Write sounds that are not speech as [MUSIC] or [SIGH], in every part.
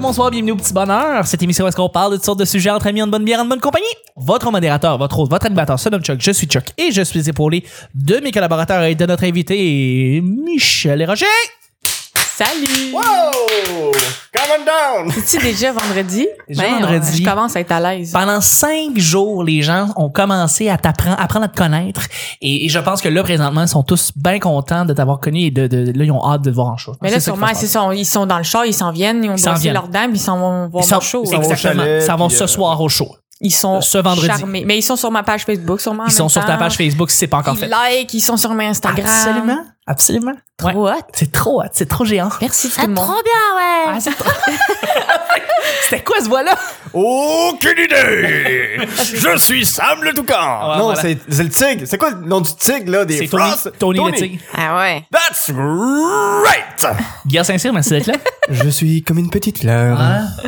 bonsoir, bienvenue au petit bonheur. Cette émission où est-ce qu'on parle de toutes sortes de sujets entre amis, en bonne bière, en bonne compagnie. Votre modérateur, votre hôte, votre animateur se nomme Chuck. Je suis Chuck et je suis épaulé de mes collaborateurs et de notre invité, Michel et Roger. Salut! Wow! Oh! Come on down! C'est-tu déjà vendredi? Déjà vendredi. on- je commence à être à l'aise. Pendant cinq jours, les gens ont commencé à t'apprendre, apprendre à te connaître. Et, et je pense que là, présentement, ils sont tous bien contents de t'avoir connu et de, de- là, ils ont hâte de te voir en show. Mais là, sûrement, c'est ça, on- ils sont dans le char, ils s'en viennent, ils ont Ils s'en brossé viennent. leurs dents, puis ils s'en vont voir Ils sont, mon show. hein. vont au exactement. chalet, Ça va puis, ce euh, soir au show. Ils sont ce vendredi. charmés. Mais ils sont sur ma page Facebook, sûrement. en Ils sont même sur ta temps. page Facebook si c'est pas encore Ils fait. like, ils sont sur mon Instagram. Absolument. Absolument. Ouais. Trop hot. C'est trop hot, c'est trop géant. Merci tout le monde. bien, Ah, c'est trop- [LAUGHS] C'était quoi ce voix-là? Aucune idée! Je suis Sam le Toucan! Ouais, non, Ah, voilà. c'est c'est le tigre. C'est quoi le nom du tigre, là? Des C'est Tony, Frost? Tony, le Tigre. Ah ouais. That's right! Guillaume Saint-Cyr, merci d'être là. Je suis comme une petite fleur.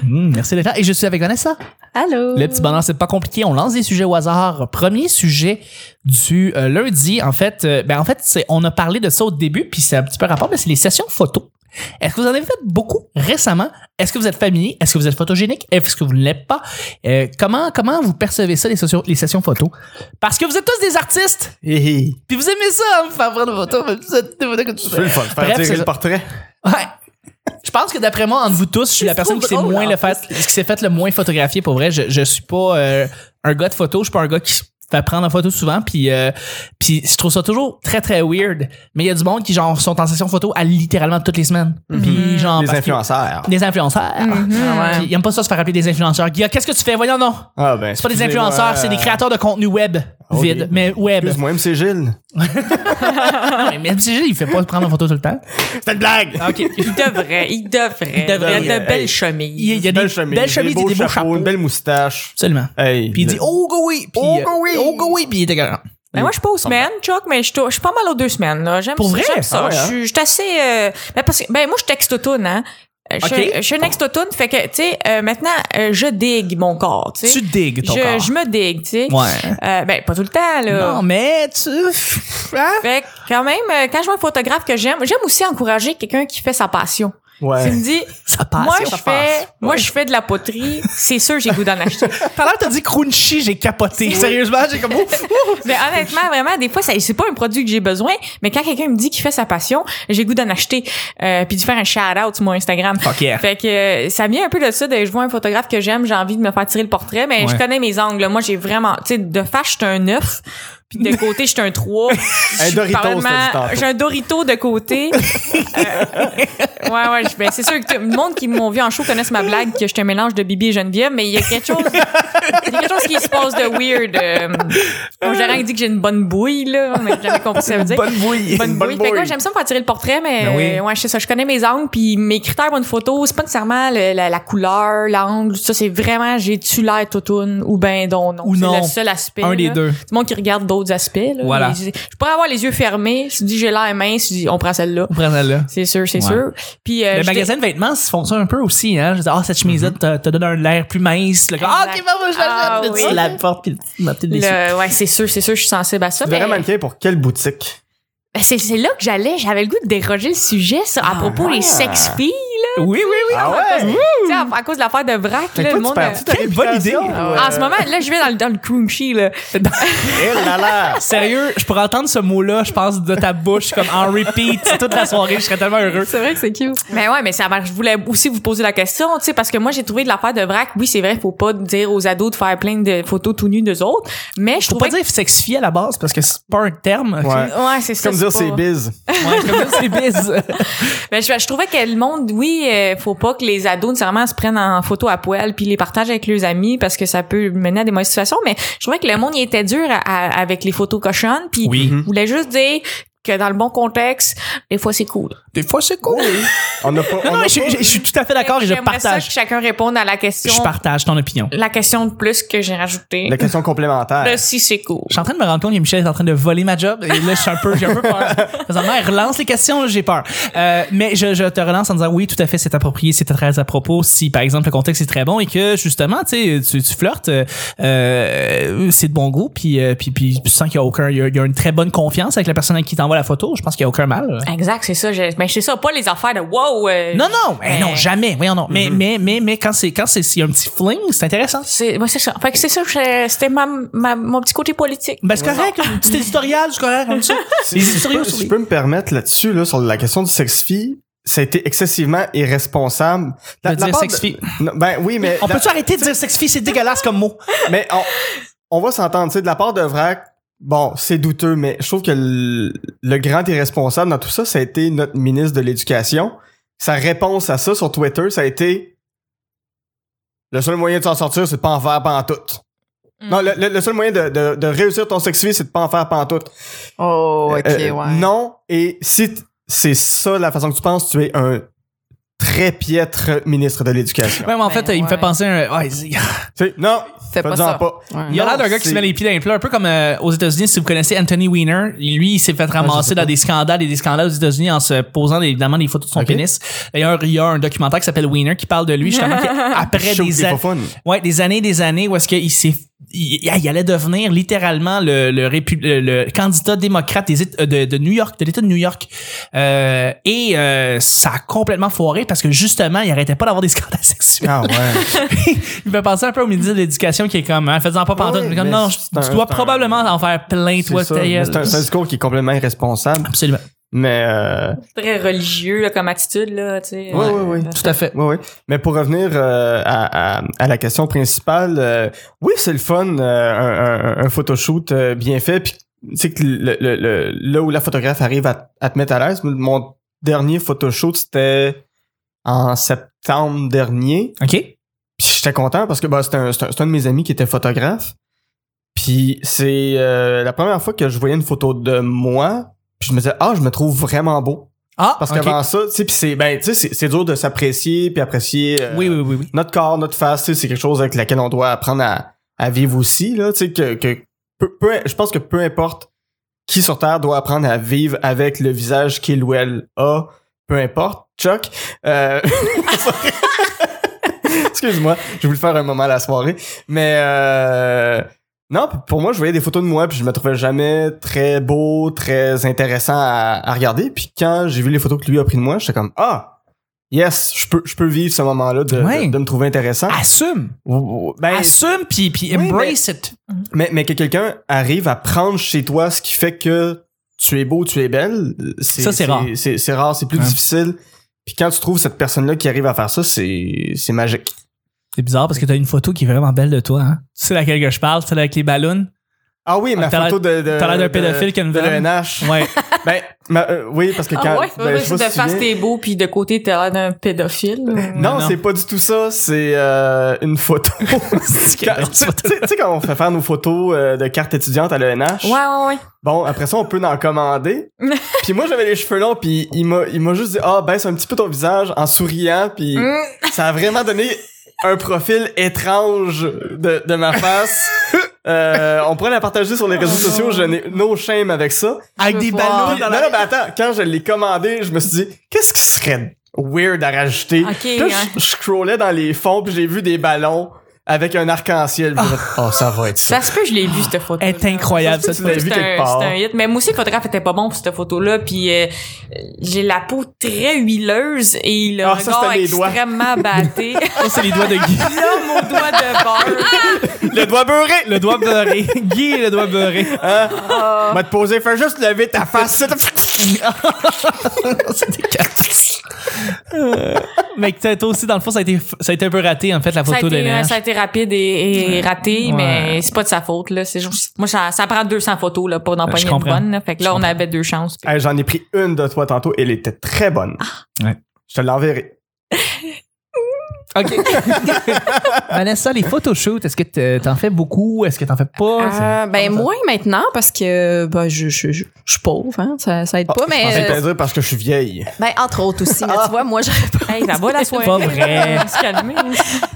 Mm, merci d'être là. Et je suis avec Vanessa. Allô. Le petit bonheur, c'est pas compliqué. On lance des sujets au hasard. Premier sujet du euh, lundi, en fait, euh, ben en fait, c'est on a parlé de ça au début, puis c'est un petit peu rapport, mais c'est les sessions photo. Est-ce que vous en avez fait beaucoup récemment? Est-ce que vous êtes familier? Est-ce que vous êtes photogénique? Est-ce que vous ne l'êtes pas? Euh, comment, comment vous percevez ça, les, socios- les sessions photo? Parce que vous êtes tous des artistes! Hé hé. Puis vous aimez ça, hein, vous faire prendre vos photos. vous êtes- vous êtes- C'est le fun. Faire Bref, tirer c'est le ça. portrait. Ouais. Je pense que d'après moi, entre vous tous, je suis la C'est personne qui trop s'est drôle, moins en le fait, qui s'est fait le moins photographier pour vrai. Je, je suis pas euh, un gars de photo, je suis pas un gars qui se fait prendre en photo souvent puis euh, puis je trouve ça toujours très très weird mais il y a du monde qui genre sont en session photo à littéralement toutes les semaines puis genre Mhm. Les parce que- influenceurs. des influenceurs Mhm. Ah ouais. Puis ils aiment pas ça se faire appeler des influenceurs Guilla, qu'est-ce que tu fais voyons non Ah, ben, c'est pas des excusez-moi. influenceurs c'est des créateurs de contenu web euh, Ok. vide mais web Excuse-moi, MC Gilles. mais même si il fait pas se prendre en photo tout le temps C'était une blague! ok Ils devraient, ils devraient. Ils devraient. Il y a de belles Hey. chemises. euh, il y a, il y a des Belle chemise, belles chemises et des beaux chapeaux Une belle moustache. absolument Hey. Puis il dit Oh go oui! Puis, Oh, euh, go oui! Oh go oui! Puis il était comme Ben moi, je suis pas aux semaines, Chuck, mais je suis- je suis pas mal aux deux semaines. Là. J'aime Pour ça, vrai? j'aime ça. Ah ouais, hein? Je suis- je suis assez... euh, ben, parce que, ben moi, je texte autotune, hein. Je suis Ok. je suis une ex-autotune, fait que, tu sais, euh, maintenant, euh, je digue mon corps, tu sais. Tu digues ton je, corps. je me digue, tu sais. Ouais. Euh, ben, pas tout le temps, là. Non, mais tu. Hein? Fait que, quand même, euh, quand je vois un photographe que j'aime, j'aime aussi encourager quelqu'un qui fait sa passion. Tu Ouais. me dis, Ça passe. moi, ça je passe. fais, moi, je fais de la poterie, c'est sûr, j'ai le goût d'en [LAUGHS] acheter. Tout à l'heure, t'as dit crunchy, j'ai capoté. Sérieusement, j'ai [LAUGHS] comme. oh, Ouf, ouf. [LAUGHS] Mais honnêtement, vraiment, des fois, ça- c'est pas un produit que j'ai besoin, mais quand quelqu'un me dit qu'il fait sa passion, j'ai le goût d'en acheter, euh, puis de faire un shout-out sur mon Instagram. Fuck yeah. Fait que euh, ça vient un peu de ça, de je vois un photographe que j'aime, j'ai envie de me faire tirer le portrait, mais Ouais. je connais mes angles. Moi, j'ai vraiment, tu sais, de face, j'étais un 9, puis de côté, j'étais [LAUGHS] un 3. Un Doritos, t'as dit tantôt. J'ai un Dorito de côté. Euh, ouais, ouais, je- ben, c'est sûr que tout le monde qui m'ont vu en show connaissent ma blague que je suis un mélange de Bibi et Geneviève, mais il y a [LAUGHS] quelque chose, il y a quelque chose qui se passe de weird. Euh, mon gérant, il dit que j'ai une bonne bouille, là, mais j'ai jamais compris ce que ça veut dire. Bonne bouille. [LAUGHS] Bonne bouille. Fait que moi, j'aime ça me faire tirer le portrait, mais Ben oui. euh, ouais, je sais ça, je connais mes angles, puis mes critères pour une photo, c'est pas nécessairement le- la, la couleur, l'angle, tout ça, c'est vraiment j'ai-tu l'air toutoune ou ben non, non. Ou c'est non. le seul aspect. Un des là. deux. Du monde qui regarde d'autres aspects. Là. Voilà. Mais Je, je pourrais avoir les yeux fermés. Je dis j'ai l'air mince. Je dis on prend celle-là. Prenez-la. C'est sûr, c'est Ouais. sûr. Puis euh, Les je magasins de vêtements ils font ça un peu aussi, hein. Je dis, ah, cette chemise-là te, te donne un l'air plus mince. Le gars, ah, ok, Exact. bah, moi, je Ah, l'achète. oui. Tu la portes, puis tu m'as peut-être t'ai- déçu. le- ouais, c'est sûr, c'est sûr, je suis sensible à ça. Tu mais- devrais mannequin pour quelle boutique? Ben, c'est c'est là que j'allais. J'avais le goût de déroger le sujet ça, à propos des sex filles. Oui, oui, oui. Ah ouais? Tu sais, à, à cause de l'affaire de vrac, Fait que là, toi, le tu monde. perds-tu ta Quelle bonne réputation, idée. Ah, ou, euh, euh, En ce moment, là, je vais dans le, dans le [LAUGHS] crunchy, là. [LAUGHS] Eh là là! Sérieux, je pourrais entendre ce mot-là, je pense, de ta bouche, comme en repeat toute la soirée. Je serais tellement heureux. C'est vrai que c'est cute. Mais ouais, mais ça marche. Je voulais aussi vous poser la question, tu sais, parce que moi, j'ai trouvé de l'affaire de vrac. Oui, c'est vrai, faut pas dire aux ados de faire plein de photos tout nus d'eux autres. Mais je Faut trouve pas dire sexifié à la base parce que c'est pas un terme. Ouais. Ouais, C'est c'est ça. comme dire pas- c'est biz. Ouais, comme ça, c'est biz. Mais Ben, je, je trouvais que le monde, oui, euh, faut pas que les ados nécessairement se prennent en photo à poil puis les partagent avec leurs amis parce que ça peut mener à des mauvaises situations. Mais je trouvais que le monde il était dur à- à- avec les photos cochonnes. Puis Oui. je voulais juste dire que dans le bon contexte, des fois c'est cool. [LAUGHS] Des fois, c'est cool. On n'a pas. on Non, non, n'a mais je, pas- je- je suis tout à fait d'accord et Ah, je J'aimerais ça partage. que chacun réponde à la question, Je partage ton opinion. la question de plus que j'ai rajoutée. La question complémentaire. De si c'est cool. Je suis en train de me rendre compte que Michel est en train de voler ma job et là, je suis un peu, j'ai un peu [LAUGHS] peur. Présentement, elle relance les questions, là, j'ai peur. Euh, mais je, je te relance en disant oui, tout à fait, c'est approprié, c'est très à propos. Si, par exemple, le contexte est très bon et que, justement, tu sais, tu, tu flirtes, euh, euh, c'est de bon goût, puis, euh, puis, puis tu sens qu'il y a aucun, il y a, il y a une très bonne confiance avec la personne à qui t'envoie la photo, je pense qu'il n'y a aucun mal. Exact, c'est ça. je- Mais c'est ça, pas les affaires de wow. euh, Non, non, mais Mhm. Mais- non, jamais. Voyons, non. Mais, mais, mais, mais quand c'est, quand c'est, s'il y a un petit fling, c'est intéressant. C'est ouais, c'est ça. Fait que c'est ça, je- c'était ma, ma- mon petit côté politique. Ben, c'est correct, un petit éditorial, [LAUGHS] c'est correct, comme ça. Si, Les si je éditoriaux peux, sur si les- je peux me permettre là-dessus, là, sur la question du sex-fille, ça a été excessivement irresponsable. De dire part sex-fille. Non, Ben oui, mais... On la- peut-tu arrêter de dire sex-fille? C'est dégueulasse comme mot. Mais on, on va s'entendre, tu sais, de la part de Vrac, bon, c'est douteux, mais je trouve que le, le grand irresponsable dans tout ça, ça a été notre ministre de l'Éducation. Sa réponse à ça sur Twitter, ça a été le seul moyen de s'en sortir, c'est de pas en faire pantoute. Mm. Non, le, le- le seul moyen de, de- de réussir ton sex vie, c'est de pas en faire pantoute. Oh, ok, Euh, ouais. Non, et si t- c'est ça la façon que tu penses, tu es un très piètre ministre de l'Éducation. Ouais, mais en Ben, fait, il me fait ouais. penser à un. ouais, c'est- il Tu sais, non, Fais pas fais-en ça. pas. Ouais. y a l'air Non, d'un gars qui se met c'est- les pieds dans les plats, un peu comme euh, aux États-Unis, si vous connaissez Anthony Weiner. Lui, il s'est fait ramasser dans des scandales et des scandales aux États-Unis en se posant des- évidemment des photos de son Ok. pénis. D'ailleurs, il y a un documentaire qui s'appelle Weiner qui parle de lui [LAUGHS] justement qui, après Chaud, des, c'est a- pas fun. Ouais, des années, des années où est-ce qu'il s'est il, ah, il allait devenir littéralement le, le, répu- le- le candidat démocrate des, Éta- euh, de, de New York, de l'État de New York. Euh, et euh, ça a complètement foiré parce que justement, il arrêtait pas d'avoir des [LAUGHS] scandales [LAUGHS] sexuels. Ah [LAUGHS] ouais. il me penser un peu au ministre de l'Éducation qui est comme, hein, faisant pas pardon. Ouais, mais non, c'est tu un- dois c'est un- probablement en faire plein, C'est toi, ça. ta Mais gueule. C'est un, c'est un discours qui est complètement irresponsable, Absolument. mais euh, Très religieux là, comme attitude, là, tu sais. Ouais, Euh, ouais, ouais. euh, Tout à fait. oui, oui. Mais pour revenir euh, à, à- à la question principale, euh, oui, c'est le fun, euh, un, un, un photoshoot euh, bien fait, puis tu sais que le, le- le- là où la photographe arrive à, à te mettre à l'aise. Mon dernier photoshoot c'était en septembre dernier. OK? Puis j'étais content parce que bah, c'était un, c'était un- c'était un de mes amis qui était photographe. Puis c'est euh, la première fois que je voyais une photo de moi. Puis je me disais, ah, je me trouve vraiment beau. Ah, Parce OK. qu'avant ça, tu sais, puis c'est ben, tu sais, c'est- c'est dur de s'apprécier puis apprécier euh, Oui, oui, oui, oui. notre corps, notre face. tu sais, C'est quelque chose avec laquelle on doit apprendre à, à vivre aussi. Là, tu sais, que, que peu, peu- je pense que peu importe qui sur Terre doit apprendre à vivre avec le visage qu'il ou elle a, peu importe. Chuck, euh, [LAUGHS] excuse-moi, j'ai voulu faire un moment à la soirée, mais euh, non, puis pour moi, je voyais des photos de moi, puis je me trouvais jamais très beau, très intéressant à, à regarder. Puis quand j'ai vu les photos que lui a pris de moi, j'étais comme ah yes, je peux, je peux vivre ce moment-là de, Ouais. de- de me trouver intéressant. Ah. Assume. Ou- ou- ben, Assume, puis puis Hein? Oui, mais- embrace it. mais, mais que quelqu'un arrive à prendre chez toi ce qui fait que tu es beau, tu es belle, c'est Ça, c'est rare. C'est c'est rare, c'est plus Ouais. difficile. Puis quand tu trouves cette personne-là qui arrive à faire ça, c'est c'est magique. C'est bizarre parce que t'as une photo qui est vraiment belle de toi. Hein? Tu sais laquelle que je parle, celle avec les ballons. Ah oui, ma t'as photo de. de- t'as l'air d'un Euh, de- pédophile qui a une De vanne. l'ENH. [LAUGHS] Ouais. ben, ma- euh, oui, parce que quand. Ah ouais, ben, je c'est sais pas de si tu te face souviens. t'es beau puis de côté t'as l'air d'un pédophile. Non, Non, non. c'est pas du tout ça, c'est euh, une photo. Quand- [LAUGHS] Quelle tu sais- tu sais, quand on fait faire nos photos euh, de cartes étudiantes à l'ENH, Ouais, ouais, ouais. Bon, après ça, on peut [LAUGHS] en commander. puis moi, j'avais les cheveux longs, puis il m'a, il m'a juste dit, ah, baisse un petit peu ton visage en souriant, puis Mm. ça a vraiment donné un profil étrange de, de [LAUGHS] ma face. Euh, on pourrait la partager sur les réseaux Oh. sociaux, je n'ai no shame avec ça. Avec des Wow. ballons Puis- dans non, la- non, mais attends, quand je l'ai commandé, je me suis dit, qu'est-ce qui serait weird à rajouter? Ok, Puis là, je- ouais. je, scrollais dans les fonds, puis j'ai vu des ballons avec un arc-en-ciel. Puis j'ai fait, oh, ça va être ça. Ça se peut, je l'ai vu cette photo. Elle est incroyable, cette Tu photo. l'as vu C'est quelque un, part. c'est un hit. Mais moi aussi, le photographe était pas bon pour cette photo-là. Puis euh, j'ai la peau très huileuse et le Ah, ça, regard c'était les doigts. extrêmement [LAUGHS] batté. [LAUGHS] Ça, c'est les doigts de Guy. Là, mon doigt de bord. Le doigt beurré! Le doigt beurré. Guy et le doigt [LAUGHS] beurré. Va Hein? te poser, fais juste lever ta face. [LAUGHS] C'était dégueulasse. Euh, Mais que t'as- toi aussi, dans le fond, ça a, été, ça a été un peu raté, en fait, la Ça a, photo de été, euh, ça a été rapide et, et raté, Ouais. mais c'est pas de sa faute. Là. C'est juste- moi, ça, ça prend 200 photos là, pour en pogner une comprends. bonne. là. Fait que là, on avait deux chances. Puis- J'en ai pris une de toi tantôt, elle était très bonne. Ouais. Je te l'enverrai. OK. [LAUGHS] Vanessa, les photoshoots, est-ce que t'e- t'en fais beaucoup? Est-ce que t'en fais pas? Ah, Euh, ben moins maintenant parce que ben, je, je, je, je suis pauvre, hein, ça, ça aide pas, Ah, Je pensais mais que t'allais dire parce que je suis vieille. ben, entre autres aussi. Mais tu vois, moi j'aurais pas. Hey, ça va la soirée. Pas vrai. [LAUGHS] On va se calmer.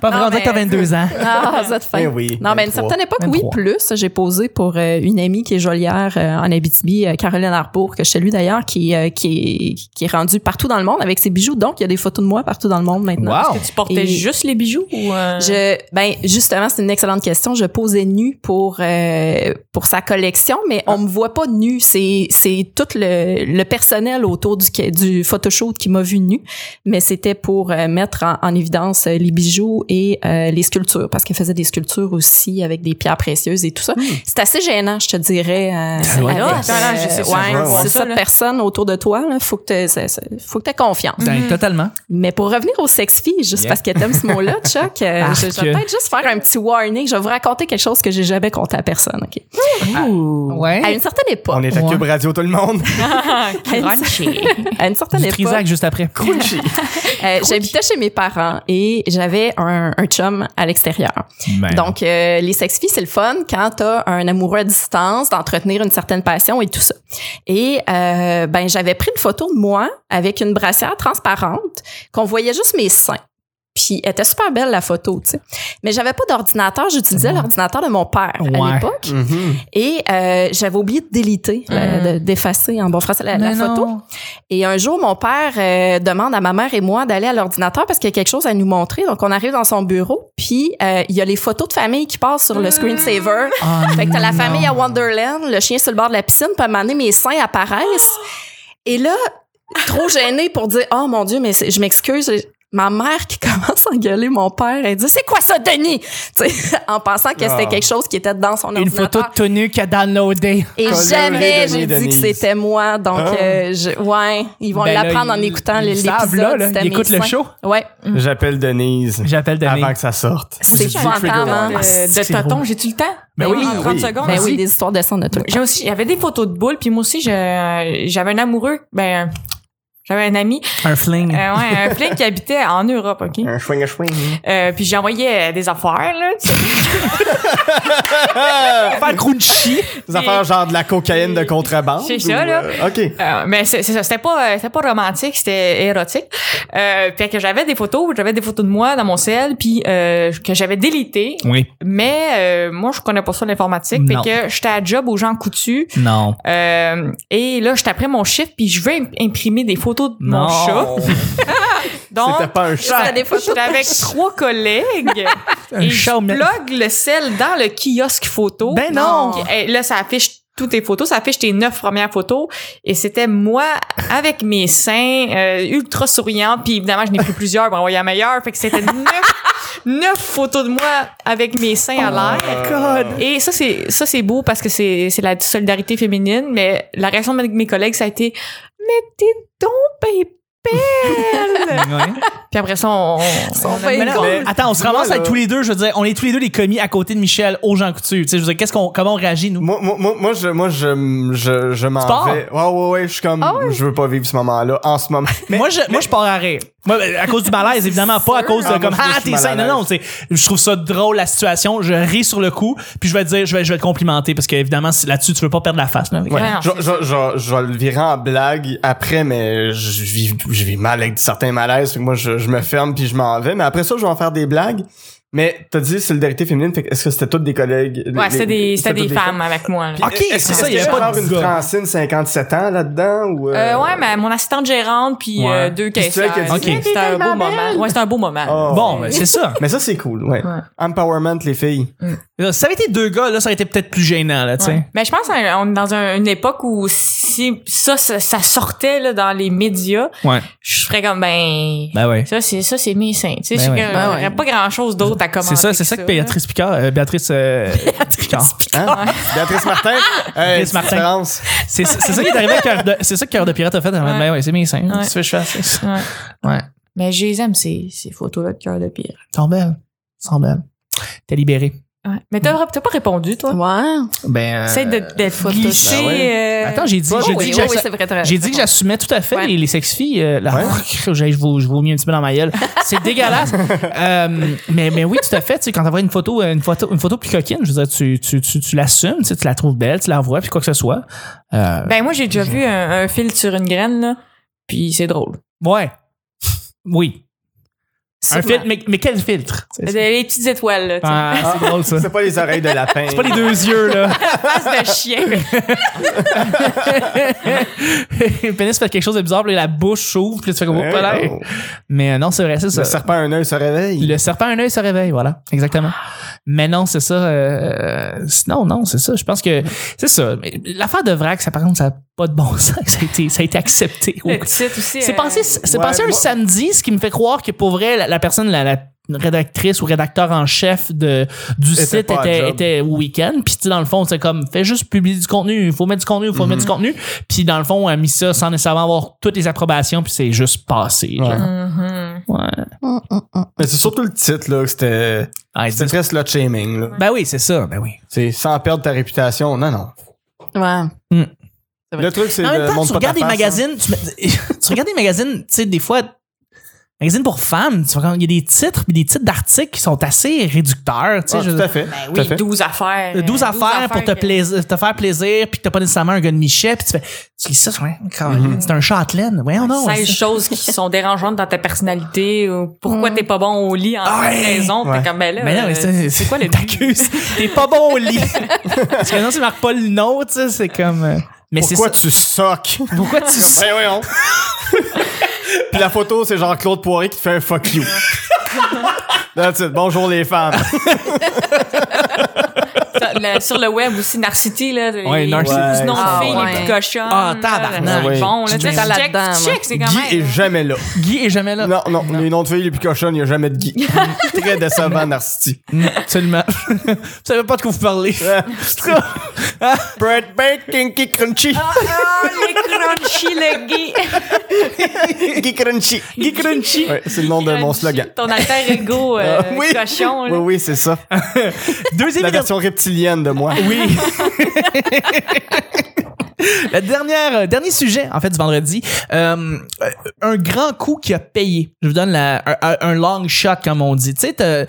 Pas non, vrai, on dirait que t'as mais- 22 ans. [LAUGHS] Ah, ça te fait. Eh oui, Non, mais à une 23. certaine époque, 23. oui, plus. J'ai posé pour euh, une amie qui est jolière euh, en Abitibi, euh, Caroline Arbour, que je salue d'ailleurs, qui, euh, qui, est, qui est rendue partout dans le monde avec ses bijoux. Donc, il y a des photos de moi partout dans le monde maintenant. Wow. Tu portais Et, juste les bijoux ou euh, [LAUGHS] Je, ben justement, c'est une excellente question. Je posais nu pour euh, pour sa collection, mais Ah. on me voit pas nu. C'est c'est tout le, le personnel autour du du photoshoot qui m'a vu nu, mais c'était pour euh, mettre en, en évidence euh, les bijoux et euh, les sculptures parce qu'elle faisait des sculptures aussi avec des pierres précieuses et tout Hmm. ça. C'est assez gênant, je te dirais. Ah, euh, doit à- être à- excellent, je sais, euh, ça, je veux ouais, voir c'est ça, ça, là. personne autour de toi. Là, faut que t'aies- ça- ça- faut que t'aies confiance. Mm. Ben, Totalement. Mais pour revenir au sex-fille, juste Yeah. parce que t'aimes ce mot-là, Chuck, euh, Arc. je, je vais peut-être juste faire un petit warning. Je vais vous raconter quelque chose que j'ai jamais conté à personne, OK? Ouais. À une certaine On époque, est à Ouais. Cube Radio, tout le monde. crunchy. à une certaine Du époque, Trisac juste après. [LAUGHS] euh, j'habitais chez mes parents et j'avais un, un chum à l'extérieur. Ben. Donc, euh, les sex-filles, c'est le fun quand t'as un amoureux à distance, d'entretenir une certaine passion et tout ça. Et euh, ben, j'avais pris une photo de moi avec une brassière transparente qu'on voyait juste mes seins. Puis elle était super belle la photo, tu sais. Mais j'avais pas d'ordinateur, j'utilisais l'ordinateur de mon père Mm-hmm. Ouais. à l'époque. Et euh, j'avais oublié de déliter, la- Mhm. de- d'effacer en bon français la, Mais la photo. Mm. [LAUGHS] non. Et un jour, mon père euh, demande à ma mère et moi d'aller à l'ordinateur parce qu'il y a quelque chose à nous montrer. Donc, on arrive dans son bureau, puis euh, il y a les photos de famille qui passent sur le screensaver. Ah, Fait que t'as la non. famille à Wonderland, le chien sur le bord de la piscine, puis à un moment donné, mes seins apparaissent. Ah. Et là, trop gênée pour dire « Oh mon Dieu, mais c'est- je m'excuse. » Ma mère qui [LAUGHS] commence à engueuler mon père, elle dit « C'est quoi ça, Denis? » Tu sais, [LAUGHS] En pensant que c'était Ah. quelque chose qui était dans son Une ordinateur. photo de tenue qu'elle a downloadée. Et Coloré jamais Denis j'ai dit que Denise. c'était moi. Donc, Ah. euh, je- ouais, ils vont Ben là, l'apprendre en ils- écoutant ils les savent, là, là. Ils Ils écoutent le show. Ah, Ouais, Mm. J'appelle Denise J'appelle Denis. avant que ça sorte. c'est J'ai-tu un épouvantable. hein. temps Ah, euh, de, de c'est tonton, drôle. j'ai-tu le temps? Ben oui, en 30 oui. secondes. Ben oui, Vas-y. des histoires de sang de tout le temps. J'ai aussi, j'avais des photos de boules, puis moi aussi, je- euh, j'avais un amoureux, ben, j'avais un ami, ben, Un fling. euh, ouais, [LAUGHS] un flingue qui habitait en Europe, OK? Un chouing, un chouing. Euh, puis j'ai envoyé euh, des affaires, là, tu sais. Faire crunchy. Euh, [LAUGHS] Des affaires genre de la cocaïne de contrebande. C'est ça, ou, là. euh, OK. Euh, mais c'est c'est ça, c'était pas, euh, c'était pas romantique, c'était érotique. Euh, puis que j'avais des photos, j'avais des photos de moi dans mon cell, puis euh, que j'avais délité. Oui. Mais euh, moi, je connais pas ça l'informatique, fait Non. que j'étais à job aux gens coutus. [LAUGHS] Non. Euh, et là, j'étais après mon chiffre, puis je veux im- imprimer des photos de mon chat. Donc, C'était pas un chat. C'était des photos j'étais avec trois collègues. Un et chat je au milieu. plug le sel dans le kiosque photo. Ben non. Donc, eh, là, ça affiche toutes tes photos. Ça affiche tes neuf premières photos. Et c'était moi avec mes seins euh, ultra souriants. Puis évidemment, je n'ai pris plusieurs pour envoyer la meilleure. Fait que c'était [LAUGHS] neuf, neuf photos de moi avec mes seins à l'air. Et ça c'est ça c'est beau parce que c'est c'est la solidarité féminine mais la réaction de mes collègues ça a été mais t'es donc ben belle. Ouais. Puis après ça on, on a- bien mais là, cons. Mais attends, on se ramasse Moi, à là- tous les deux, je veux dire, on est tous les deux les commis à côté de Michel aux gens coutus. Tu sais, je veux dire, qu'est-ce qu'on, comment on réagit, nous? Moi, moi, moi, moi, je, moi, je, je, je Tu m'en pars? vais. Ouais, ouais, ouais, je suis comme, je veux pas vivre ce moment-là, en ce moment. moi, je, moi, je pars à rire. Moi, à cause du malaise, évidemment, pas à cause de Ah, moi, comme, je me ah, suis t'es mal à sain. Non, l'aise. non, tu sais, je trouve ça drôle, la situation. Je ris sur le coup, puis je vais te dire, je vais, je vais te complimenter, parce qu'évidemment, si- là-dessus, tu veux pas perdre la face, là. Ouais. Ouais, non, je, c'est je, je, je vais le virer en blague après, mais je vis, je vis mal avec certains malaises. Fait que moi, je, je me ferme puis je m'en vais. Mais après ça, je vais en faire des blagues. Mais t'as dit solidarité féminine, fait que est-ce que c'était toutes des collègues? ouais, c'était des c'était c'était des toutes femmes avec moi. là. Ok, Est-ce que- c'est est-ce ça, il y que avait je pas vais de avoir une gars. Francine 57 ans là-dedans ou euh, Euh, ouais, mais mon assistante gérante puis Ouais. euh, deux Puis c'est elle caissières. qui a dit, Ok. C'était un beau moment. Ouais, c'était un beau moment. oh. Bon, ben, c'est ça. Mais ça c'est cool, ouais. Ouais. Empowerment les filles. Là, ça avait été deux gars, là, ça aurait été peut-être plus gênant, là, tu sais. Ouais. Mais je pense qu'on est dans un- une époque où si ça ça, ça sortait là, dans les médias, Ouais. je ferais comme ben Ben ouais. ça c'est ça c'est mes seins. Tu sais, Ben je sais ouais. que Ben j'aurais pas grand-chose d'autre à commenter. C'est ça, c'est ça que Béatrice Picard, euh, Béatrice, euh, Picard. Hein? [LAUGHS] Béatrice Martin. Hey, Béatrice Martin. différence. C'est c'est ça qui est arrivé à Cœur de, c'est ça que Cœur de Pirate a fait. Ben ouais, c'est mes seins. Ouais. Qu'est-ce que je fasse? Ouais. Ouais. Mais je les aime ces, ces photos-là de cœur de pire. Ils sont belles. Ils sont belles. T'es libéré. Ouais. Mais t'as t'as pas répondu toi. Ouais. Ben. Essaye de, Euh, de photos. glisser. Ben ouais. euh, Attends, j'ai dit, Oh j'ai oui, dit que oh oui, j'ac- c'est vrai, t'as j'ai raison. dit que j'assumais tout à fait Ouais. les, les sex-filles. euh, là, Ouais. j'ai- je, vous, je vous mis un petit peu dans ma gueule. C'est [LAUGHS] dégueulasse. Euh, mais, mais oui, tout à fait. Tu sais, quand t'envoies une photo, euh, une photo, une photo plus coquine, je veux dire, tu, tu, tu, tu l'assumes, tu, sais, tu la trouves belle, tu l'envoies, puis quoi que ce soit. Euh, Ben moi j'ai déjà vu un, un fil sur une graine là, puis c'est drôle. ouais. Oui. Un Sûrement. filtre, mais, mais quel filtre? Les petites étoiles, là, tu sais. Ah, c'est drôle, ça. C'est pas les oreilles de lapin. C'est pas les deux yeux, là. [LAUGHS] Face de chien. le pénis fait quelque chose de bizarre, puis la bouche s'ouvre, puis tu fais comme... Ouais, Oh, là. oh. Mais euh, non, c'est vrai, c'est ça. Le serpent à un œil se réveille. Le serpent à un œil se réveille, voilà, exactement. Mais non, c'est ça. euh, non, non, c'est ça. Je pense que c'est ça. Mais L'affaire de Vrac, ça par contre, ça n'a pas de bon [LAUGHS] sens. Ça a été, ça a été accepté. Le titre aussi. C'est euh, passé, c'est Ouais, passé un moi- samedi, ce qui me fait croire que pour vrai, la, la personne, la, la rédactrice ou rédacteur en chef de, du Était site pas à était, job. était au week-end. Puis tu sais, dans le fond, c'est comme, fais juste publier du contenu, il faut mettre du contenu, Mm-hmm. il faut mettre du contenu. Puis dans le fond, on a mis ça sans nécessairement avoir toutes les approbations, puis c'est juste passé. genre. Ouais. mhm. Ouais. Mm, Mais c'est surtout le titre, là, que c'était. C'était très slut shaming, là. Ben oui, c'est Ah, ça, ben oui. C'est sans perdre ta réputation. Non, non. mm. Ouais. Le truc, c'est. En même le temps, montre tu pas ta regardes des face, hein. magazines, tu, mets- [LAUGHS] tu regardes des magazines, tu sais, des fois, magazines pour femmes, tu vois, quand il y a des titres, puis des titres d'articles qui sont assez réducteurs, tu sais. Ah, je- tout à fait. Ben tout à oui, fait. 12 affaires. euh, 12, affaires, pour te, que- plaisir, te faire plaisir, puis que t'as pas nécessairement un gars de michet, puis tu fais, tu lis ça, tu fais, Ouais, quand- Mhm. c'est un châtelaine. Voyons non. 16 choses qui sont dérangeantes dans ta personnalité ou pourquoi t'es pas bon au lit en Mm. Ah Ouais. raison Ouais. t'es comme ben là, Mais non, mais euh, c'est- c'est quoi le [LAUGHS] but T'accuses. T'es pas bon au [LAUGHS] lit. Parce que non, tu marques pas le nom, tu sais, c'est comme. euh, Mais c'est Pourquoi ça. [LAUGHS] tu soques? Pourquoi [LAUGHS] tu. Ben voyons. [LAUGHS] Puis la photo, c'est Jean-Claude Poiré qui te fait un [LAUGHS] fuck you. That's it. Bonjour les femmes. Ça, le- sur le web aussi Narcity là les- Ouais, Narcity. les Ouais. noms Ah, de filles les ouais. plus cochons Ah, tabarnak. là, Ouais. c'est bon là Tu tu sais te mets tu check, là-dedans, tu moi. check c'est quand Guy est même jamais là. Guy est jamais là. Non, non, les noms de filles les plus cochonnes, il n'y a jamais [LAUGHS] de Guy. Très décevant, Narcity. Mm, Absolument. [LAUGHS] Vous savez pas de quoi vous parlez. Bread Bake, Kinky Crunchy. Ah, les crunchy le Guy Kinky Crunchy. Guy Crunchy. Ouais, c'est le nom de mon Crunchy, slogan. ton alter ego euh, [LAUGHS] Ah, oui. cochon Oui, là. oui, c'est ça. Deuxième La et dernière- version reptilienne de moi. Euh, Oui. Le dernière, euh, dernier sujet, en fait, du vendredi. Euh, euh, un grand coup qui a payé. Je vous donne la- un, un- un long shot, comme on dit. Tu sais, t'as-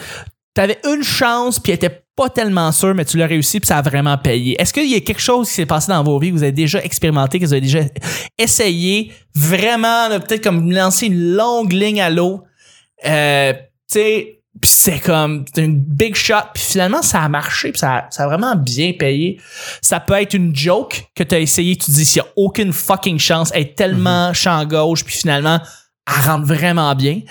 t'avais une chance, puis elle était pas tellement sûre, mais tu l'as réussi, puis ça a vraiment payé. Est-ce qu'il y a quelque chose qui s'est passé dans vos vies que vous avez déjà expérimenté, que vous avez déjà essayé, vraiment, là, peut-être comme lancer une longue ligne à l'eau, euh, tu sais, pis c'est comme c'est une big shot puis finalement ça a marché puis ça, a- ça a vraiment bien payé ça peut être une joke que t'as essayé tu te dis s'il y a aucune fucking chance elle est tellement champ gauche puis finalement elle rentre vraiment bien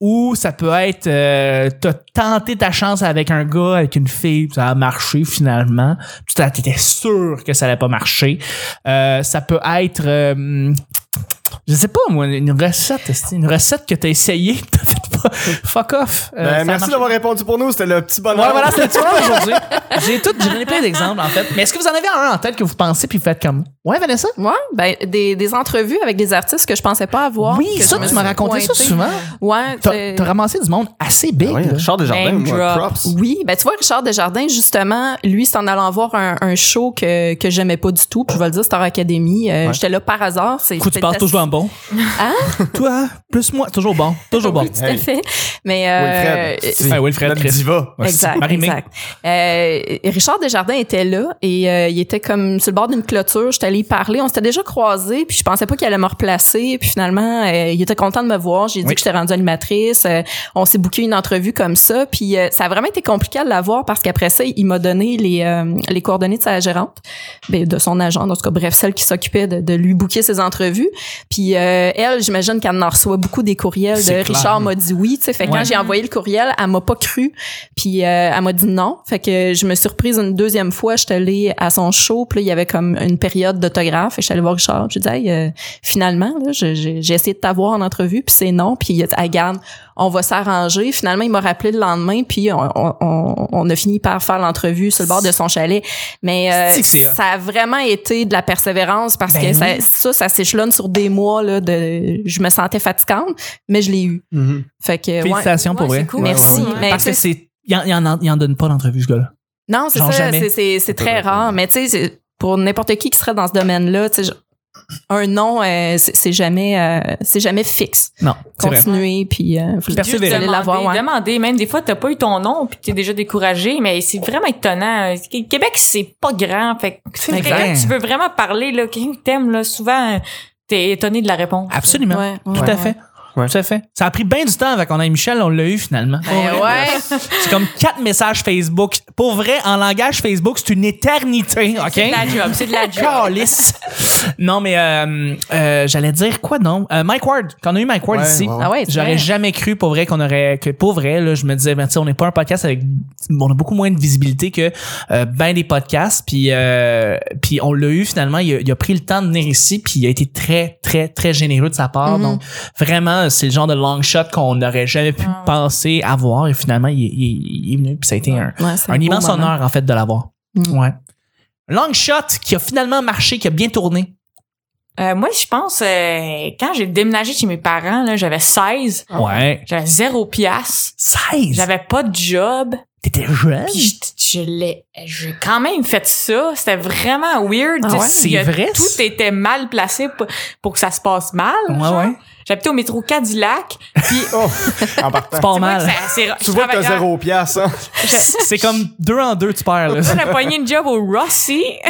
ou ça peut être euh, t'as tenté ta chance avec un gars avec une fille puis ça a marché finalement tu t'as- t'étais sûr que ça allait pas marcher Euh, ça peut être euh, je sais pas moi une recette esti, une recette que t'as essayé [LAUGHS] pis t'as fait pas fuck off Euh, Ben, ça a merci marché. d'avoir répondu pour nous. C'était le petit bonheur. Ouais, voilà, c'est toi aujourd'hui. J'ai tout, j'ai donné plein d'exemples, en fait. Mais est-ce que vous en avez un en tête que vous pensez puis vous faites comme, ouais, Vanessa? Ouais, ben des, des entrevues avec des artistes que je pensais pas avoir. Oui, que ça, je me tu m'as suis raconté ça pointée. souvent. Ouais, T'as c'est- t'as ramassé du monde assez big. Ah Oui, là. Richard Desjardins, Name moi, drop. props. Oui, ben tu vois Richard Desjardins justement, lui c'est en allant voir un, un show que que j'aimais pas du tout, puis je vais le dire Star Academy, euh, j'étais là par hasard, c'est Coup, tu c'était parles le- toujours en bon. Hein? [LAUGHS] Toi, plus moi, toujours bon. Toujours bon. Tout à fait. Mais euh, Ben, Wilfred. Si. Ouais, Wilfred, Notre Chris. diva. Ouais, Exact, Marie-Mé. exact. Euh, Richard Desjardins était là et euh, il était comme sur le bord d'une clôture. J'étais allée y parler. On s'était déjà croisés, puis je pensais pas qu'il allait me replacer. Puis finalement, euh, il était content de me voir. J'ai Oui. dit que j'étais rendue animatrice. Euh, on s'est booké une entrevue comme ça. Puis euh, ça a vraiment été compliqué de l'avoir parce qu'après ça, il m'a donné les, euh, les coordonnées de sa gérante, ben, de son agent, en tout cas, bref, celle qui s'occupait de, de lui booker ses entrevues. Puis euh, elle, j'imagine qu'elle en reçoit beaucoup des courriels de C'est clair. Richard m'a dit oui. Tu sais, fait que Ouais. quand j'ai envoyé le courriel, elle m'a pas cru. Puis euh, elle m'a dit non. Fait que je me suis reprise une deuxième fois. J'étais allée à son show. Puis là, il y avait comme une période d'autographe. Et je suis allée voir Richard. J'ai dit, hey, euh, finalement, là, je- je- j'ai essayé de t'avoir en entrevue. Puis c'est non. Puis il a dit, Hey, garde, on va s'arranger. Finalement, il m'a rappelé le lendemain. Puis on, on- on- on a fini par faire l'entrevue sur le bord de son chalet. Mais euh, C'est que c'est hot. ça a vraiment été de la persévérance parce Ben que ça, oui. ça, ça s'échelonne sur des mois. Là, de, je me sentais fatigante, mais je l'ai eu. Mhm. Fait que, ouais. Félicitations pour vrai. Ouais, c'est cool. Merci. Ouais, ouais, ouais. Mais Parce que tu sais, c'est, il en, il en- il en donne pas d'entrevue, ce gars-là. Non, c'est Genre ça, jamais. c'est- c'est c'est très rare. Mais tu sais, c'est- pour n'importe qui qui serait dans ce domaine-là, tu sais, je- un nom, euh, c'est c'est jamais, euh, c'est jamais fixe. Non, c'est vrai. Continuez, puis euh, vous- Persévérer. vous allez Demander, l'avoir. ouais. demander. Même des fois, t'as pas eu ton nom puis t'es déjà découragé, mais c'est vraiment étonnant. Qu- Québec, c'est pas grand. Fait que C'est quelqu'un vrai. que tu veux vraiment parler, là, quelqu'un que t'aimes, là, souvent, t'es étonné de la réponse. Absolument. Ouais, Tout ouais, à fait. ouais. Ouais. tout à fait. Ça a pris bien du temps avec on a Michel, on l'a eu finalement. Ben ouais. C'est comme quatre messages Facebook. Pour vrai, en langage Facebook, c'est une éternité, OK? C'est de la job, c'est de la job. Calisse. Non, mais euh, euh, j'allais dire quoi, non? Euh, Mike Ward, quand on a eu Mike Ward Ouais, ici, ouais, ouais. Ah ouais, c'est j'aurais vrai. jamais cru pour vrai qu'on aurait. que pour vrai, là, je me disais, ben, tu sais, on n'est pas un podcast avec. On a beaucoup moins de visibilité que euh, ben des podcasts. Puis, euh, puis on l'a eu finalement. Il a, il a pris le temps de venir ici, puis il a été très, très, très généreux de sa part. Donc, vraiment, c'est le genre de long shot qu'on n'aurait jamais pu penser avoir. Et finalement, il, il- il est venu, puis ça a été un, Ouais, c'est un beau immense moment. honneur, en fait, de l'avoir. Mm. Ouais. Long shot qui a finalement marché, qui a bien tourné. Euh, moi, je pense, euh, quand j'ai déménagé chez mes parents, là, j'avais 16, Ouais. j'avais zéro piastre, 16! j'avais pas de job, T'étais jeune? puis je, je l'ai, j'ai quand même fait ça. C'était vraiment weird. Tu Ah sais, ouais? C'est il y a- vrai, Tout ça? était mal placé pour, pour que ça se passe mal. Ouais, genre. ouais. J'habitais au métro Cadillac, puis Oh, en [LAUGHS] partant. C'est pas C'est vrai que mal. ça- c'est- Tu je vois que t'as travaillais- zéro piastre, hein? je- C'est comme deux en deux, tu perds, là. On a pogné une job au Rossi. [LAUGHS]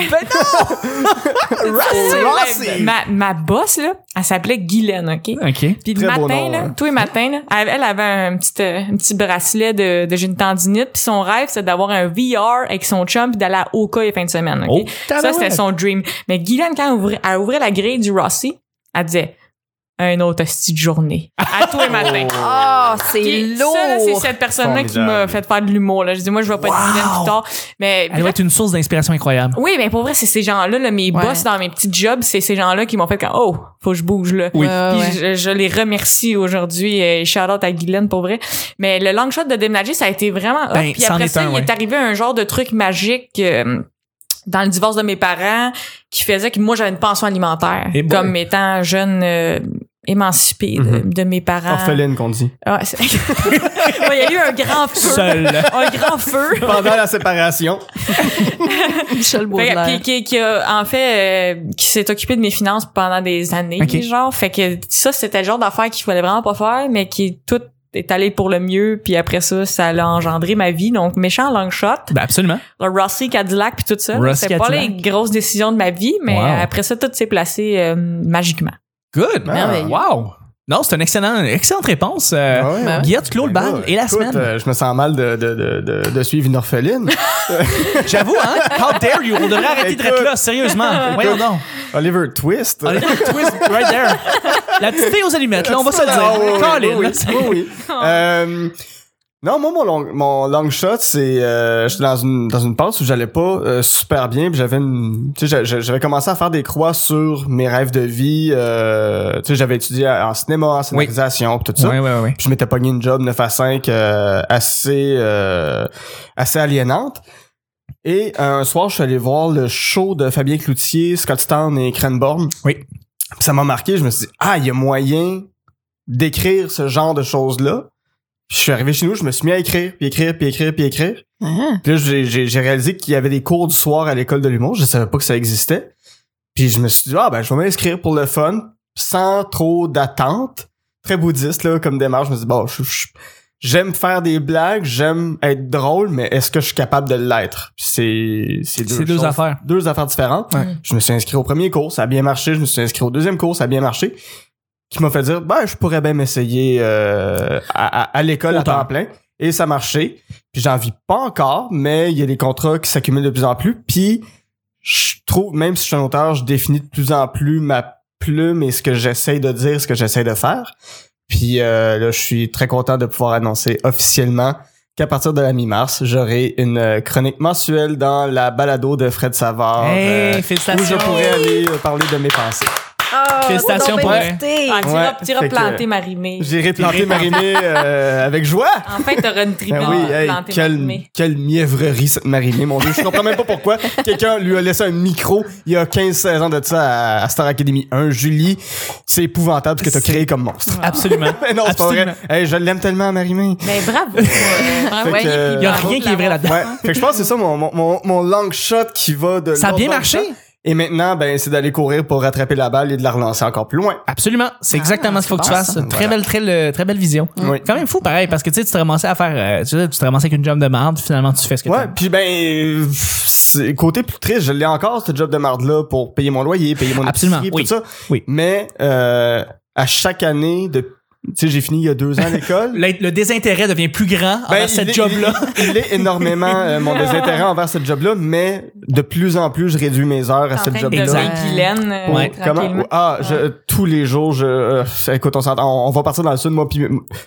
Rossi! Ma, ma boss, là, elle s'appelait Guylaine, OK? [LAUGHS] OK. Puis le Très matin, beau nom, là, hein. tous les matins, là, elle, elle avait un petit, euh, un petit bracelet de, de j'ai une tendinite. Puis son rêve, c'est d'avoir un VR avec son chum puis d'aller à Oka les fins de semaine. OK? Oh, ça, tabarouette. c'était son dream. Mais Guylaine, quand elle ouvrait, elle ouvrait la grille du Rossi, elle disait « Un autre hostie de journée. » À tous les matins. Ah, c'est Puis lourd. ça, là, c'est cette personne-là qui Formidable. m'a fait faire de l'humour. là. Je dis, moi, je vais pas être Wow. Guylaine plus tard. Mais Elle doit être une source d'inspiration incroyable. oui, mais pour vrai, c'est ces gens-là, là, mes Ouais. boss dans mes petits jobs, c'est ces gens-là qui m'ont fait comme oh, faut que je bouge là. Oui. Ah Ouais, Puis ouais. je, je les remercie aujourd'hui et shout out à Guylaine pour vrai. Mais le long shot de déménager, ça a été vraiment hot. Ben, Puis c'en après est ça, un, il ouais. est arrivé un genre de truc magique euh, dans le divorce de mes parents qui faisait que moi j'avais une pension alimentaire Et boy. Mm-hmm. comme étant jeune euh, émancipée de, Mhm. de mes parents. Orpheline, qu'on dit. Ah, c'est- [LAUGHS] Ouais, il y a eu un grand feu. Seul. Un grand [LAUGHS] feu. Pendant la [LAUGHS] séparation. Michel Fait que- Baudelaire. puis qui, qui a, en fait, euh, qui s'est occupé de mes finances pendant des années, Ok. genre. Fait que ça, c'était le genre d'affaires qu'il fallait vraiment pas faire, mais qui tout est allé pour le mieux. Puis après ça, ça l'a engendré ma vie. Donc, méchant long shot, Ben, absolument. le Rossi Cadillac puis tout ça. Rossi C'est pas les Cadillac. grosses décisions de ma vie, mais Wow. après ça, tout s'est placé euh, magiquement. Good. Merveilleux. Wow. Non, c'est une excellente, excellente réponse. Euh, Ah ouais. Ben ouais. Guillaume, tu clôt le bal et la Écoute, semaine. euh, je me sens mal de, de, de, de, de suivre une orpheline. J'avoue, [LAUGHS] hein? How dare you? On devrait arrêter de d'être Écoute. là, sérieusement. Voyons donc. Oliver Twist. On est dans le twist right there. La petite fille aux allumettes, là, on va se le Ah, oui, oui, dire. Colin, oui, là, oui, c'est- oui, oui. Euh, non, moi, mon long, mon long shot, c'est... Euh, J'étais dans une, dans une passe où j'allais pas euh, super bien. puis J'avais une... Tu sais, j'a- j'a- j'avais commencé à faire des croix sur mes rêves de vie. euh, tu sais, j'avais étudié en cinéma, en scénarisation, puis tout ça. Ouais, ouais, ouais. Puis je m'étais pogné une job 9 à 5 euh, assez, euh, assez aliénante. Et un soir, je suis allé voir le show de Fabien Cloutier, Scott Town et Cranborn. Oui. Puis ça m'a marqué, je me suis dit, ah, il y a moyen d'écrire ce genre de choses-là. Puis je suis arrivé chez nous, je me suis mis à écrire, puis écrire, puis écrire, puis écrire. Ah. Puis là, j'ai- j'ai j'ai réalisé qu'il y avait des cours du soir à l'école de l'humour. Je savais pas que ça existait. Puis je me suis dit, ah ben, je vais m'inscrire pour le fun, sans trop d'attente. Très bouddhiste, là, comme démarche. Je me suis dit, bon, je- je- j'aime faire des blagues, j'aime être drôle, mais est-ce que je suis capable de l'être? Puis C'est c'est deux, C'est deux choses- affaires. Deux affaires différentes. Ouais. Je me suis inscrit au premier cours, ça a bien marché. Je me suis inscrit au deuxième cours, ça a bien marché. Qui m'a fait dire, ben, je pourrais bien m'essayer euh, à, à- à l'école à Auteur. temps plein. Et ça a marché. Puis j'en vis pas encore, mais il y a des contrats qui s'accumulent de plus en plus. Puis je trouve, même si je suis un auteur, je définis de plus en plus ma plume et ce que j'essaye de dire, ce que j'essaye de faire. Puis euh, là, je suis très content de pouvoir annoncer officiellement qu'à partir de la mi-mars, j'aurai une euh, chronique mensuelle dans la balado de Fred Savard. Hey, euh, où je félicitations. pourrais aller euh, parler de mes pensées. Ah. Félicitations Oh, pour elle. Ah, t'iras- Ouais, t'iras fait que- planter Marimé. J'irai planter J'irai Marimé euh, avec joie. Enfin, t'auras [LAUGHS] une tribu Ben oui, hey, planter quelle, Marimé. quelle mièvrerie cette marinée, mon dieu. Je comprends même pas pourquoi. [LAUGHS] Quelqu'un lui a laissé un micro il y a 15-16 ans de ça à, à Star Academy 1. Julie, c'est épouvantable ce que t'as créé comme monstre. Absolument. [LAUGHS] Mais non, c'est pas Absolument. vrai. Hey, je l'aime tellement, Marimé. Mais [LAUGHS] bravo. euh, bravo. [LAUGHS] Fait que, euh, Il y a Bravo rien de qui est vrai l'avoir là-dedans. Ouais. Fait que je pense que c'est ça mon, mon, mon, mon long shot qui va de Ah. Ça a long bien long marché. shot. Et maintenant, ben, c'est d'aller courir pour rattraper la balle et de la relancer encore plus loin. Absolument. C'est exactement ce qu'il faut que tu Ah, bon, fasses. ça. Très Voilà. belle, très, le- très belle vision. Oui. Quand même fou, pareil, parce que tu sais, tu te ramassais à faire, euh, tu sais, tu te ramassais avec une job de merde, finalement, tu fais ce que Ouais, tu puis ben, euh, c'est- côté plus triste, je l'ai encore, ce job de marde-là, pour payer mon loyer, payer mon Absolument, épicerie, oui. tout ça. Oui. Mais euh, à chaque année, de, Tu sais, j'ai fini il y a deux ans [LAUGHS] l'école. Le, le désintérêt devient plus grand Ben, envers Ah, cette il est- job-là. Il [LAUGHS] il est énormément euh, mon désintérêt Ah. envers ce job-là, mais de plus en plus, je réduis mes heures à en ce train de job-là. Exact. devenir Guylaine. euh, Ouais. Comment tranquillement. Ah, je- tous les jours, je. euh, écoute, on, s'entend, on, on va partir dans le sud, moi. Puis,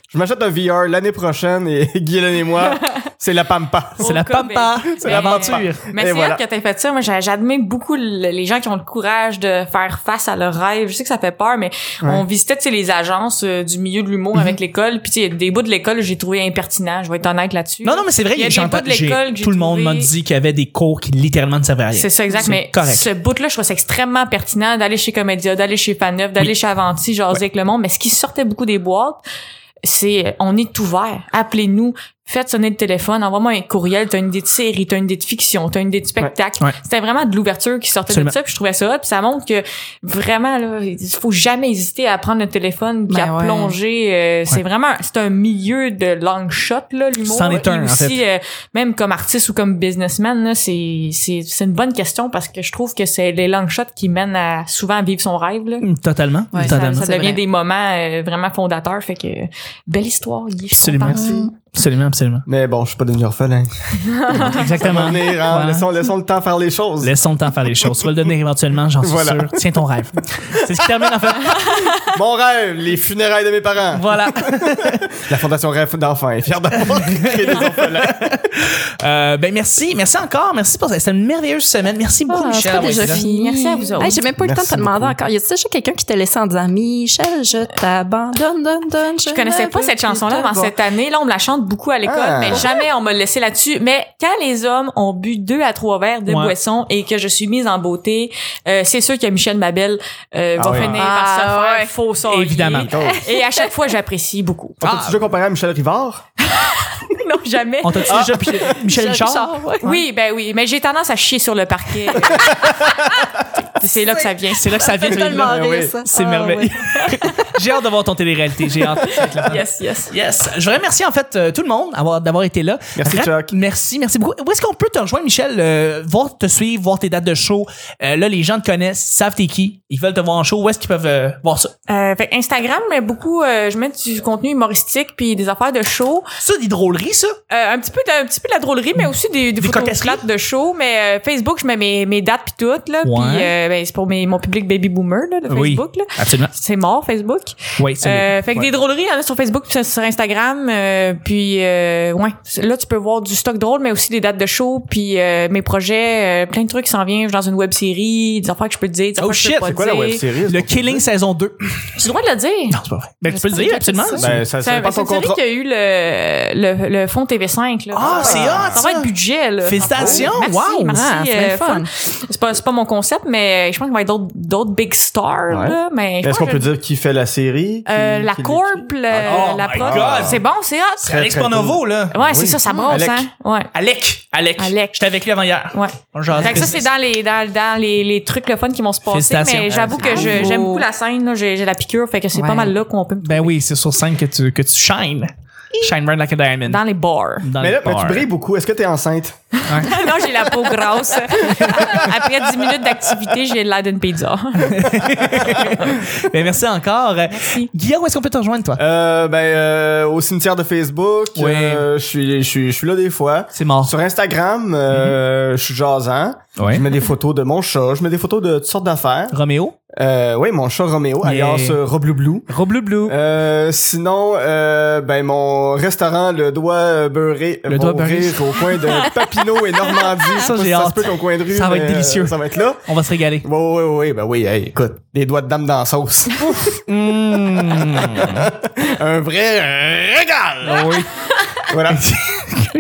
je m'achète un VR l'année prochaine et [LAUGHS] Guylaine [LAUGHS] et moi, c'est la pampa. [LAUGHS] C'est la Au Québec. pampa, c'est Mais- l'aventure. Mais Et c'est voilà. hâte que t'aies fait ça. Moi, j'a- j'admire beaucoup le- les gens qui ont le courage de faire face à leurs rêves. Je sais que ça fait peur, mais on visitait, tu sais, les agences euh, du milieu de l'humour avec l'école. Puis, tu sais, des bouts de l'école, j'ai trouvé impertinent. Je vais être honnête là-dessus. Non, non, mais c'est vrai, Il y a des j'entends- bouts de l'école j'ai- que j'ai tout le monde m'a trouvé- dit qu'il y avait des cours qui littéralement ne savaient à rien. C'est ça, exact. C'est Mais correct. ce bout-là, je trouve ça extrêmement pertinent d'aller chez Comédia, d'aller chez Faneuf, d'aller Oui. chez Avanti, jaser avec le monde. Mais ce qui sortait beaucoup des boîtes, c'est euh, on est ouvert. Appelez-nous, faites sonner le téléphone, envoie-moi un courriel. T'as une idée de série, t'as une idée de fiction, t'as une idée de spectacle. Ouais. Ouais. C'était vraiment de l'ouverture qui sortait Absolument. de ça. Puis je trouvais ça hot. Puis ça montre que vraiment, là, il faut jamais hésiter à prendre le téléphone puis Ben à ouais. plonger. euh, C'est vraiment, c'est un milieu de long shot, là, l'humour. C'en est Et un, en aussi, fait. euh, même comme artiste ou comme businessman, là, c'est, c'est, c'est une bonne question parce que je trouve que c'est les long shots qui mènent à souvent à vivre son rêve. Là. Mm, Totalement. Ouais, Ça, totalement. ça c'est devient vrai. des moments euh, vraiment fondateurs. Fait que belle histoire, Guy. Je suis Absolument. contente. Absolument, [LAUGHS] absolument. Mais bon, je suis pas devenu orphelin. Exactement. Venir, hein, Voilà. laissons, laissons le temps faire les choses. Laissons le temps faire les choses. Tu vas le donner éventuellement, j'en suis Voilà. sûr. Tiens ton rêve. C'est ce qui termine en [LAUGHS] fait. Mon rêve, les funérailles de mes parents. Voilà. La Fondation Rêve d'enfants est [LAUGHS] fière d'avoir créé des orphelins. Euh, ben merci, merci encore, merci pour ça. C'était une merveilleuse semaine. Merci beaucoup, Ah, c'est Michel. pas d'avoir déjà été là. fini. Merci à vous autres. Hey, J'ai même pas eu le temps de Merci te demander beaucoup. encore. Y a-t-il déjà quelqu'un qui te laissait en disant Michel, je t'abandonne, donne, donne, Je connaissais pas cette chanson-là dans cette année. Là, on me la chante beaucoup à l'école, Ah. mais jamais on m'a laissé là-dessus. Mais quand les hommes ont bu deux à trois verres de Ouais. boisson et que je suis mise en beauté, euh, c'est sûr que Michel Mabel euh, Ah va oui. finir par se Ah faire ouais. faux sorrier. Évidemment. Ah. Et à chaque fois, j'apprécie beaucoup. On t'a déjà comparé à Michel Rivard? [LAUGHS] non, jamais. On t'a déjà Ah. Michel Richard? Oui, ben oui, mais j'ai tendance à chier sur [LAUGHS] le parquet. c'est là que ça vient. C'est là que [LAUGHS] ça vient C'est de tellement oui. rire, ça. C'est Ah, merveilleux. ouais. [LAUGHS] J'ai hâte de voir ton télé-réalité. J'ai hâte. Ça va être le fun. Yes, yes. Yes. Je remercie en fait euh, tout le monde avoir- d'avoir été là. Merci, Chuck. Merci, merci beaucoup. Où est-ce qu'on peut te rejoindre, Michel? Euh, voir te suivre, voir tes dates de show. Euh, là, les gens te connaissent, ils savent t'es qui. Ils veulent te voir en show. Où est-ce qu'ils peuvent euh, voir ça? Euh, fait que Instagram, mais beaucoup, euh, je mets du contenu humoristique puis des affaires de show. Ça, des drôleries, ça? Euh, un petit peu de, un petit peu de la drôlerie mais aussi des, des, photos coquetteries. plates de show mais euh, Facebook je mets mes, mes dates puis tout là puis Ouais. euh, ben, c'est pour mes, mon public baby boomer là de Oui. Facebook là Absolument. c'est mort Facebook Oui, c'est Euh, fait que des drôleries il y en a sur Facebook puis sur Instagram euh, puis euh, ouais là tu peux voir du stock drôle mais aussi des dates de show puis euh, mes projets euh, plein de trucs qui s'en viennent je suis dans une web série des affaires que je peux te dire des Oh affaires que shit, je c'est peux pas Quoi, la dire. web série? Le Killing saison 2. j'ai le droit de le dire Non, c'est pas vrai. Ben, tu peux le C'est dire, pas absolument. ça. Ben, ça, c'est ça dépend c'est ton une série contrat. qui a eu le, le, le fonds TV5. Là. Ah, c'est hot, Ça va ça. être budget. Là, Félicitations, Merci, wow. Merci, Ah, c'est euh, bien fun. fun. C'est pas, c'est pas mon concept, mais je pense qu'il va y avoir d'autres- d'autres big stars. Ouais. Là, mais je pense Est-ce qu'on que peut je- dire qui fait la série? Qui- euh, la qui- Corp, qui- le- Oh la my prod. God. C'est bon, c'est hot. Très, Alex très Bonovo, là. Ah Ouais, oui. c'est ça, ça brosse. Alec. Hein? Ouais. Alec. Alec. Alec. J'étais avec lui avant hier. Ouais. On jasait. Fait que ça, c'est dans les, dans, dans les, les trucs le fun qui vont se passer. Félicitations. Mais j'avoue que Bravo. je- j'aime beaucoup la scène. là. J'ai j'ai la piqûre, fait que c'est pas Ouais. mal là qu'on peut me- Ben oui, c'est sur scène que tu, que tu shines. Shine bright like a diamond. dans [LAUGHS] les bars. Dans Mais le là, mais bar. tu brilles beaucoup. Est-ce que t'es enceinte? non, j'ai la peau [LAUGHS] grasse. Après 10 minutes d'activité, j'ai l'air d'une pizza. Ben, merci encore. Merci. Guillaume, où est-ce qu'on peut te rejoindre, toi? Euh, ben, euh, au cimetière de Facebook. Oui. euh, je suis, je suis, je suis là des fois. C'est mort. Sur Instagram, Mhm. euh, je suis jasant. Ouais. Je mets des photos de mon chat. Je mets des photos de toutes sortes d'affaires. Roméo. Euh, oui, mon chat Roméo, Yeah. alias euh, Robloublou. Robleu Blue. Euh, sinon, euh, ben mon restaurant Le Doigt euh, Beurré Le va Doigt Beurré. ouvrir au [LAUGHS] coin de Papineau et Normandie. Je sais Ça, pas j'ai si ça se hâte. peut qu'au coin de rue. Ça va être mais, euh, délicieux. ça va être là. On va se régaler. Oui, oui, oui, ben oui, hey, écoute, des doigts de dame dans [LAUGHS] la sauce. Hum, Un vrai euh, régal! Ah oui. Voilà.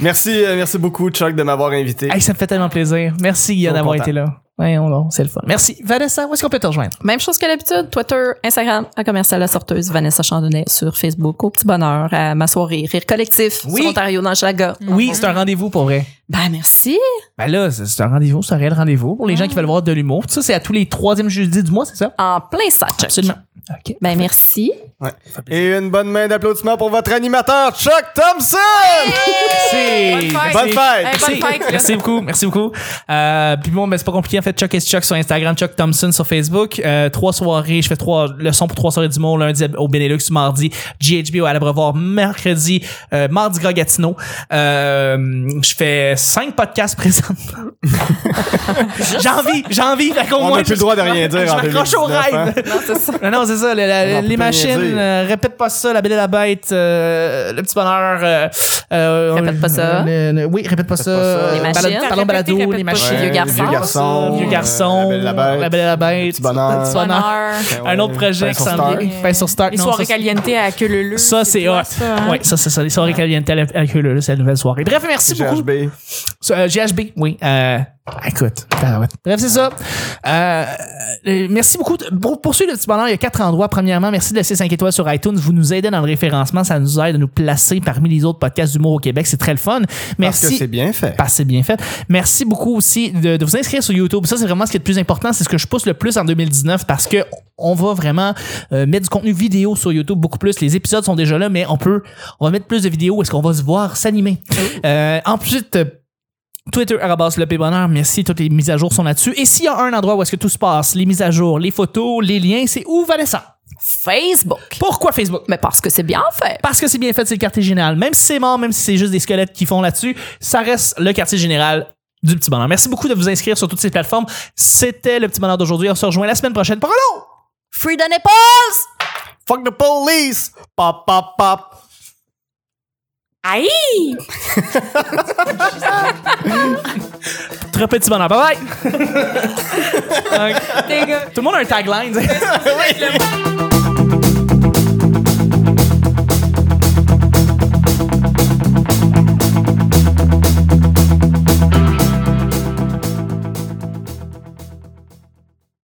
merci, euh, merci beaucoup, Chuck, de m'avoir invité. [LAUGHS] Hey, ça me fait tellement plaisir. Merci, Guillaume, Trop d'avoir content. été là. Ouais, on l'a, c'est le fun. Merci. Vanessa, où est-ce qu'on peut te rejoindre? Même chose que l'habitude, Twitter, Instagram, à commercial la sorteuse, Vanessa Chandonnet sur Facebook, au petit bonheur, à ma soirée, rire collectif, Oui. sur Ontario dans Chaga. Mm-hmm. Oui, c'est un rendez-vous pour vrai. Ben, merci. Ben là, c'est- c'est un rendez-vous, Mm. c'est un réel rendez-vous pour les gens qui veulent voir de l'humour. Ça, c'est à tous les troisièmes jeudis du mois, c'est ça? En plein ça, Chuck. Absolument. OK. Ben, merci. Et une bonne main d'applaudissements pour votre animateur, Chuck Thompson! Merci. Bonne fête. Bonne fête! Hey, Merci. bonne fête, là. Merci beaucoup, merci beaucoup. Euh, puis bon, ben c'est pas compliqué en fait. Chuck et Chuck sur Instagram, Chuck Thompson sur Facebook. Euh, trois soirées, je fais trois leçons pour trois soirées du monde. Lundi au Benelux, mardi GHB au Alabrevoir, mercredi euh, mardi Gras Gatineau. Euh, je fais cinq podcasts présentement. [LAUGHS] j'ai envie, j'ai envie. Fait qu'au On moins, n'a plus le droit de rien dire Je en m'accroche au 2019, rêve. hein. Non, c'est ça. Non, non, c'est ça. le- la- On peut les plus rien machines, dire. euh, répète pas ça. La Belle et la Bête, euh, le petit bonheur. euh, euh, Répète pas ça. le- le- oui, répète pas ça. pas ça. Les Balade- machines. Parlons Répétez, balado, répète Euh, les pas ça. machines. Ouais, Vieux garçon. Vieux garçon. Vieux euh, garçon. La Belle et la Bête. Bête, Petit bonheur. Petit Bonheur. Un autre projet qui Pain sur s'en Star. vient. Pain sur Stark, Les non, soirées ça, c'est- caliente à queue leu Ça, c'est hot. Oui, ça, c'est ça. Les soirées calientes avec le, c'est la nouvelle soirée. Bref, merci beaucoup. GHB. Euh, GHB, oui. Euh, écoute, tabarouette. bref, c'est ça. Euh, euh, merci beaucoup. de- Pour, pour suivre le petit bonheur, il y a quatre endroits. Premièrement, merci de laisser 5 étoiles sur iTunes. Vous nous aidez dans le référencement. Ça nous aide à nous placer parmi les autres podcasts d'humour au Québec. C'est très le fun. Parce Merci. que c'est bien fait. Parce que c'est bien fait. Merci beaucoup aussi de, de vous inscrire sur YouTube. Ça, c'est vraiment ce qui est le plus important. C'est ce que je pousse le plus en 2019 parce que on va vraiment euh, mettre du contenu vidéo sur YouTube beaucoup plus. Les épisodes sont déjà là, mais on peut, on va mettre plus de vidéos. Est-ce qu'on va se voir s'animer? Euh, ensuite, euh, Twitter, arrobas, le P bonheur, merci, toutes les mises à jour sont là-dessus. Et s'il y a un endroit où est-ce que tout se passe, les mises à jour, les photos, les liens, c'est où, Vanessa? Facebook. Pourquoi Facebook? Mais parce que c'est bien fait. Parce que c'est bien fait, c'est le quartier général. Même si c'est mort, même si c'est juste des squelettes qui font là-dessus, ça reste le quartier général du Petit Bonheur. Merci beaucoup de vous inscrire sur toutes ces plateformes. C'était le Petit Bonheur d'aujourd'hui. On se rejoint la semaine prochaine pour un autre! Free the nipples! Fuck the police! Pop, pop, pop! Aïe! Très petit bonheur. Bye bye! [LAUGHS] T'es gars. Tout le monde a un tagline. Le-